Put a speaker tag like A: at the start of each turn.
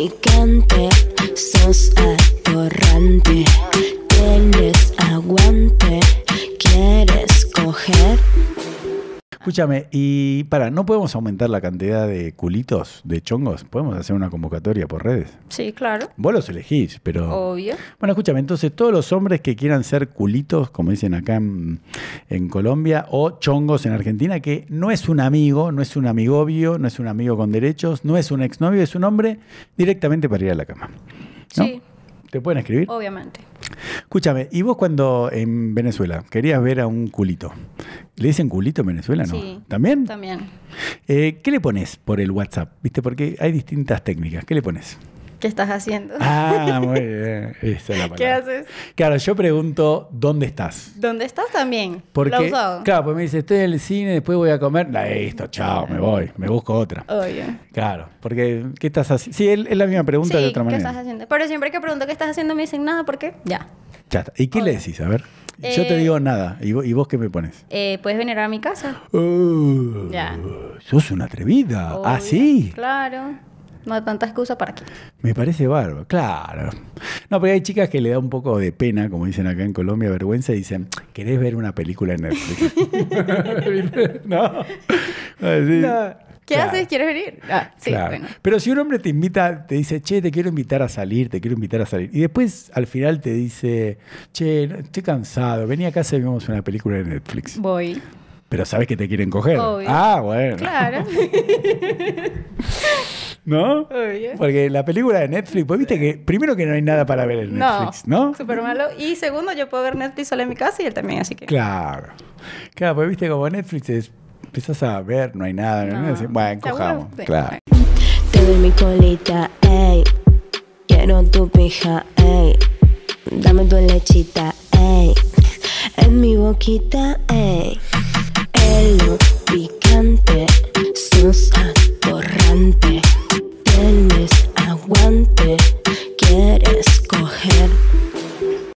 A: atorrante, sos atorrante. Tienes aguante, quieres coger.
B: Escúchame, y para, ¿no podemos aumentar la cantidad de culitos, de chongos? ¿Podemos hacer una convocatoria por redes?
C: Sí, claro.
B: Vos los elegís, pero...
C: Obvio.
B: Bueno, escúchame, entonces todos los hombres que quieran ser culitos, como dicen acá en, en Colombia, o chongos en Argentina, que no es un amigo, no es un amigovio, no es un amigo con derechos, no es un exnovio, es un hombre directamente para ir a la cama. ¿no?
C: Sí, Oh.
B: ¿Te pueden escribir?
C: obviamente.
B: Escúchame, ¿y vos cuando en Venezuela querías ver a un culito? ¿Le dicen culito en Venezuela, no?
C: Sí.
B: ¿También?
C: También.
B: Eh, ¿Qué le pones por el WhatsApp? ¿Viste? Porque hay distintas técnicas. ¿Qué le pones?
C: ¿Qué estás haciendo?
B: Ah, muy bien. Esa es la palabra.
C: ¿Qué haces?
B: Claro, yo pregunto, ¿dónde estás?
C: ¿Dónde estás también? ¿Lo has
B: Porque,
C: usado?
B: claro, pues me dice, estoy en el cine, después voy a comer. Nah, Listo, chao, me voy, me busco otra.
C: Obvio.
B: Claro, porque, ¿qué estás haciendo? Sí, es es la misma pregunta
C: sí,
B: de otra
C: ¿qué estás
B: manera.
C: haciendo? Pero siempre que pregunto qué estás haciendo me dicen nada, ¿por qué? Ya.
B: Ya está. ¿Y qué le decís? A ver, yo te
C: Eh,
B: digo nada. ¿Y vos, y vos qué me pones?
C: Eh, ¿Puedes venir a mi casa?
B: Uh,
C: Ya.
B: Sos una atrevida. Ah,
C: Obvio.
B: sí.
C: Claro. No tanta excusa para qué.
B: Me parece bárbaro. Claro. No, pero hay chicas que le da un poco de pena, como dicen acá en Colombia, vergüenza, y dicen, ¿querés ver una película en Netflix? ¿Viste? no. Así.
C: ¿Qué
B: Claro.
C: haces? ¿Quieres venir? Ah, sí,
B: Claro.
C: bueno.
B: Pero si un hombre te invita, te dice, che, te quiero invitar a salir, te quiero invitar a salir. Y después al final te dice, che, no- estoy cansado, vení a casa y vemos una película de Netflix.
C: Voy.
B: Pero sabes que te quieren coger.
C: Obvio.
B: Ah, bueno.
C: Claro.
B: ¿No?
C: Obvio.
B: Porque la película de Netflix, pues viste que primero que no hay nada para ver en Netflix, ¿no?
C: Súper malo. Y segundo, yo puedo ver Netflix sola en mi casa y él también, así que.
B: Claro. Claro, pues viste como Netflix es, empezás a ver, no hay nada, no hay nada, decís, bueno,
C: Seguro,
B: cojamos.
C: sí.
B: Claro.
A: Te doy mi colita, ey. Quiero tu pija, ey. Dame tu lechita, ey. En mi boquita, ey.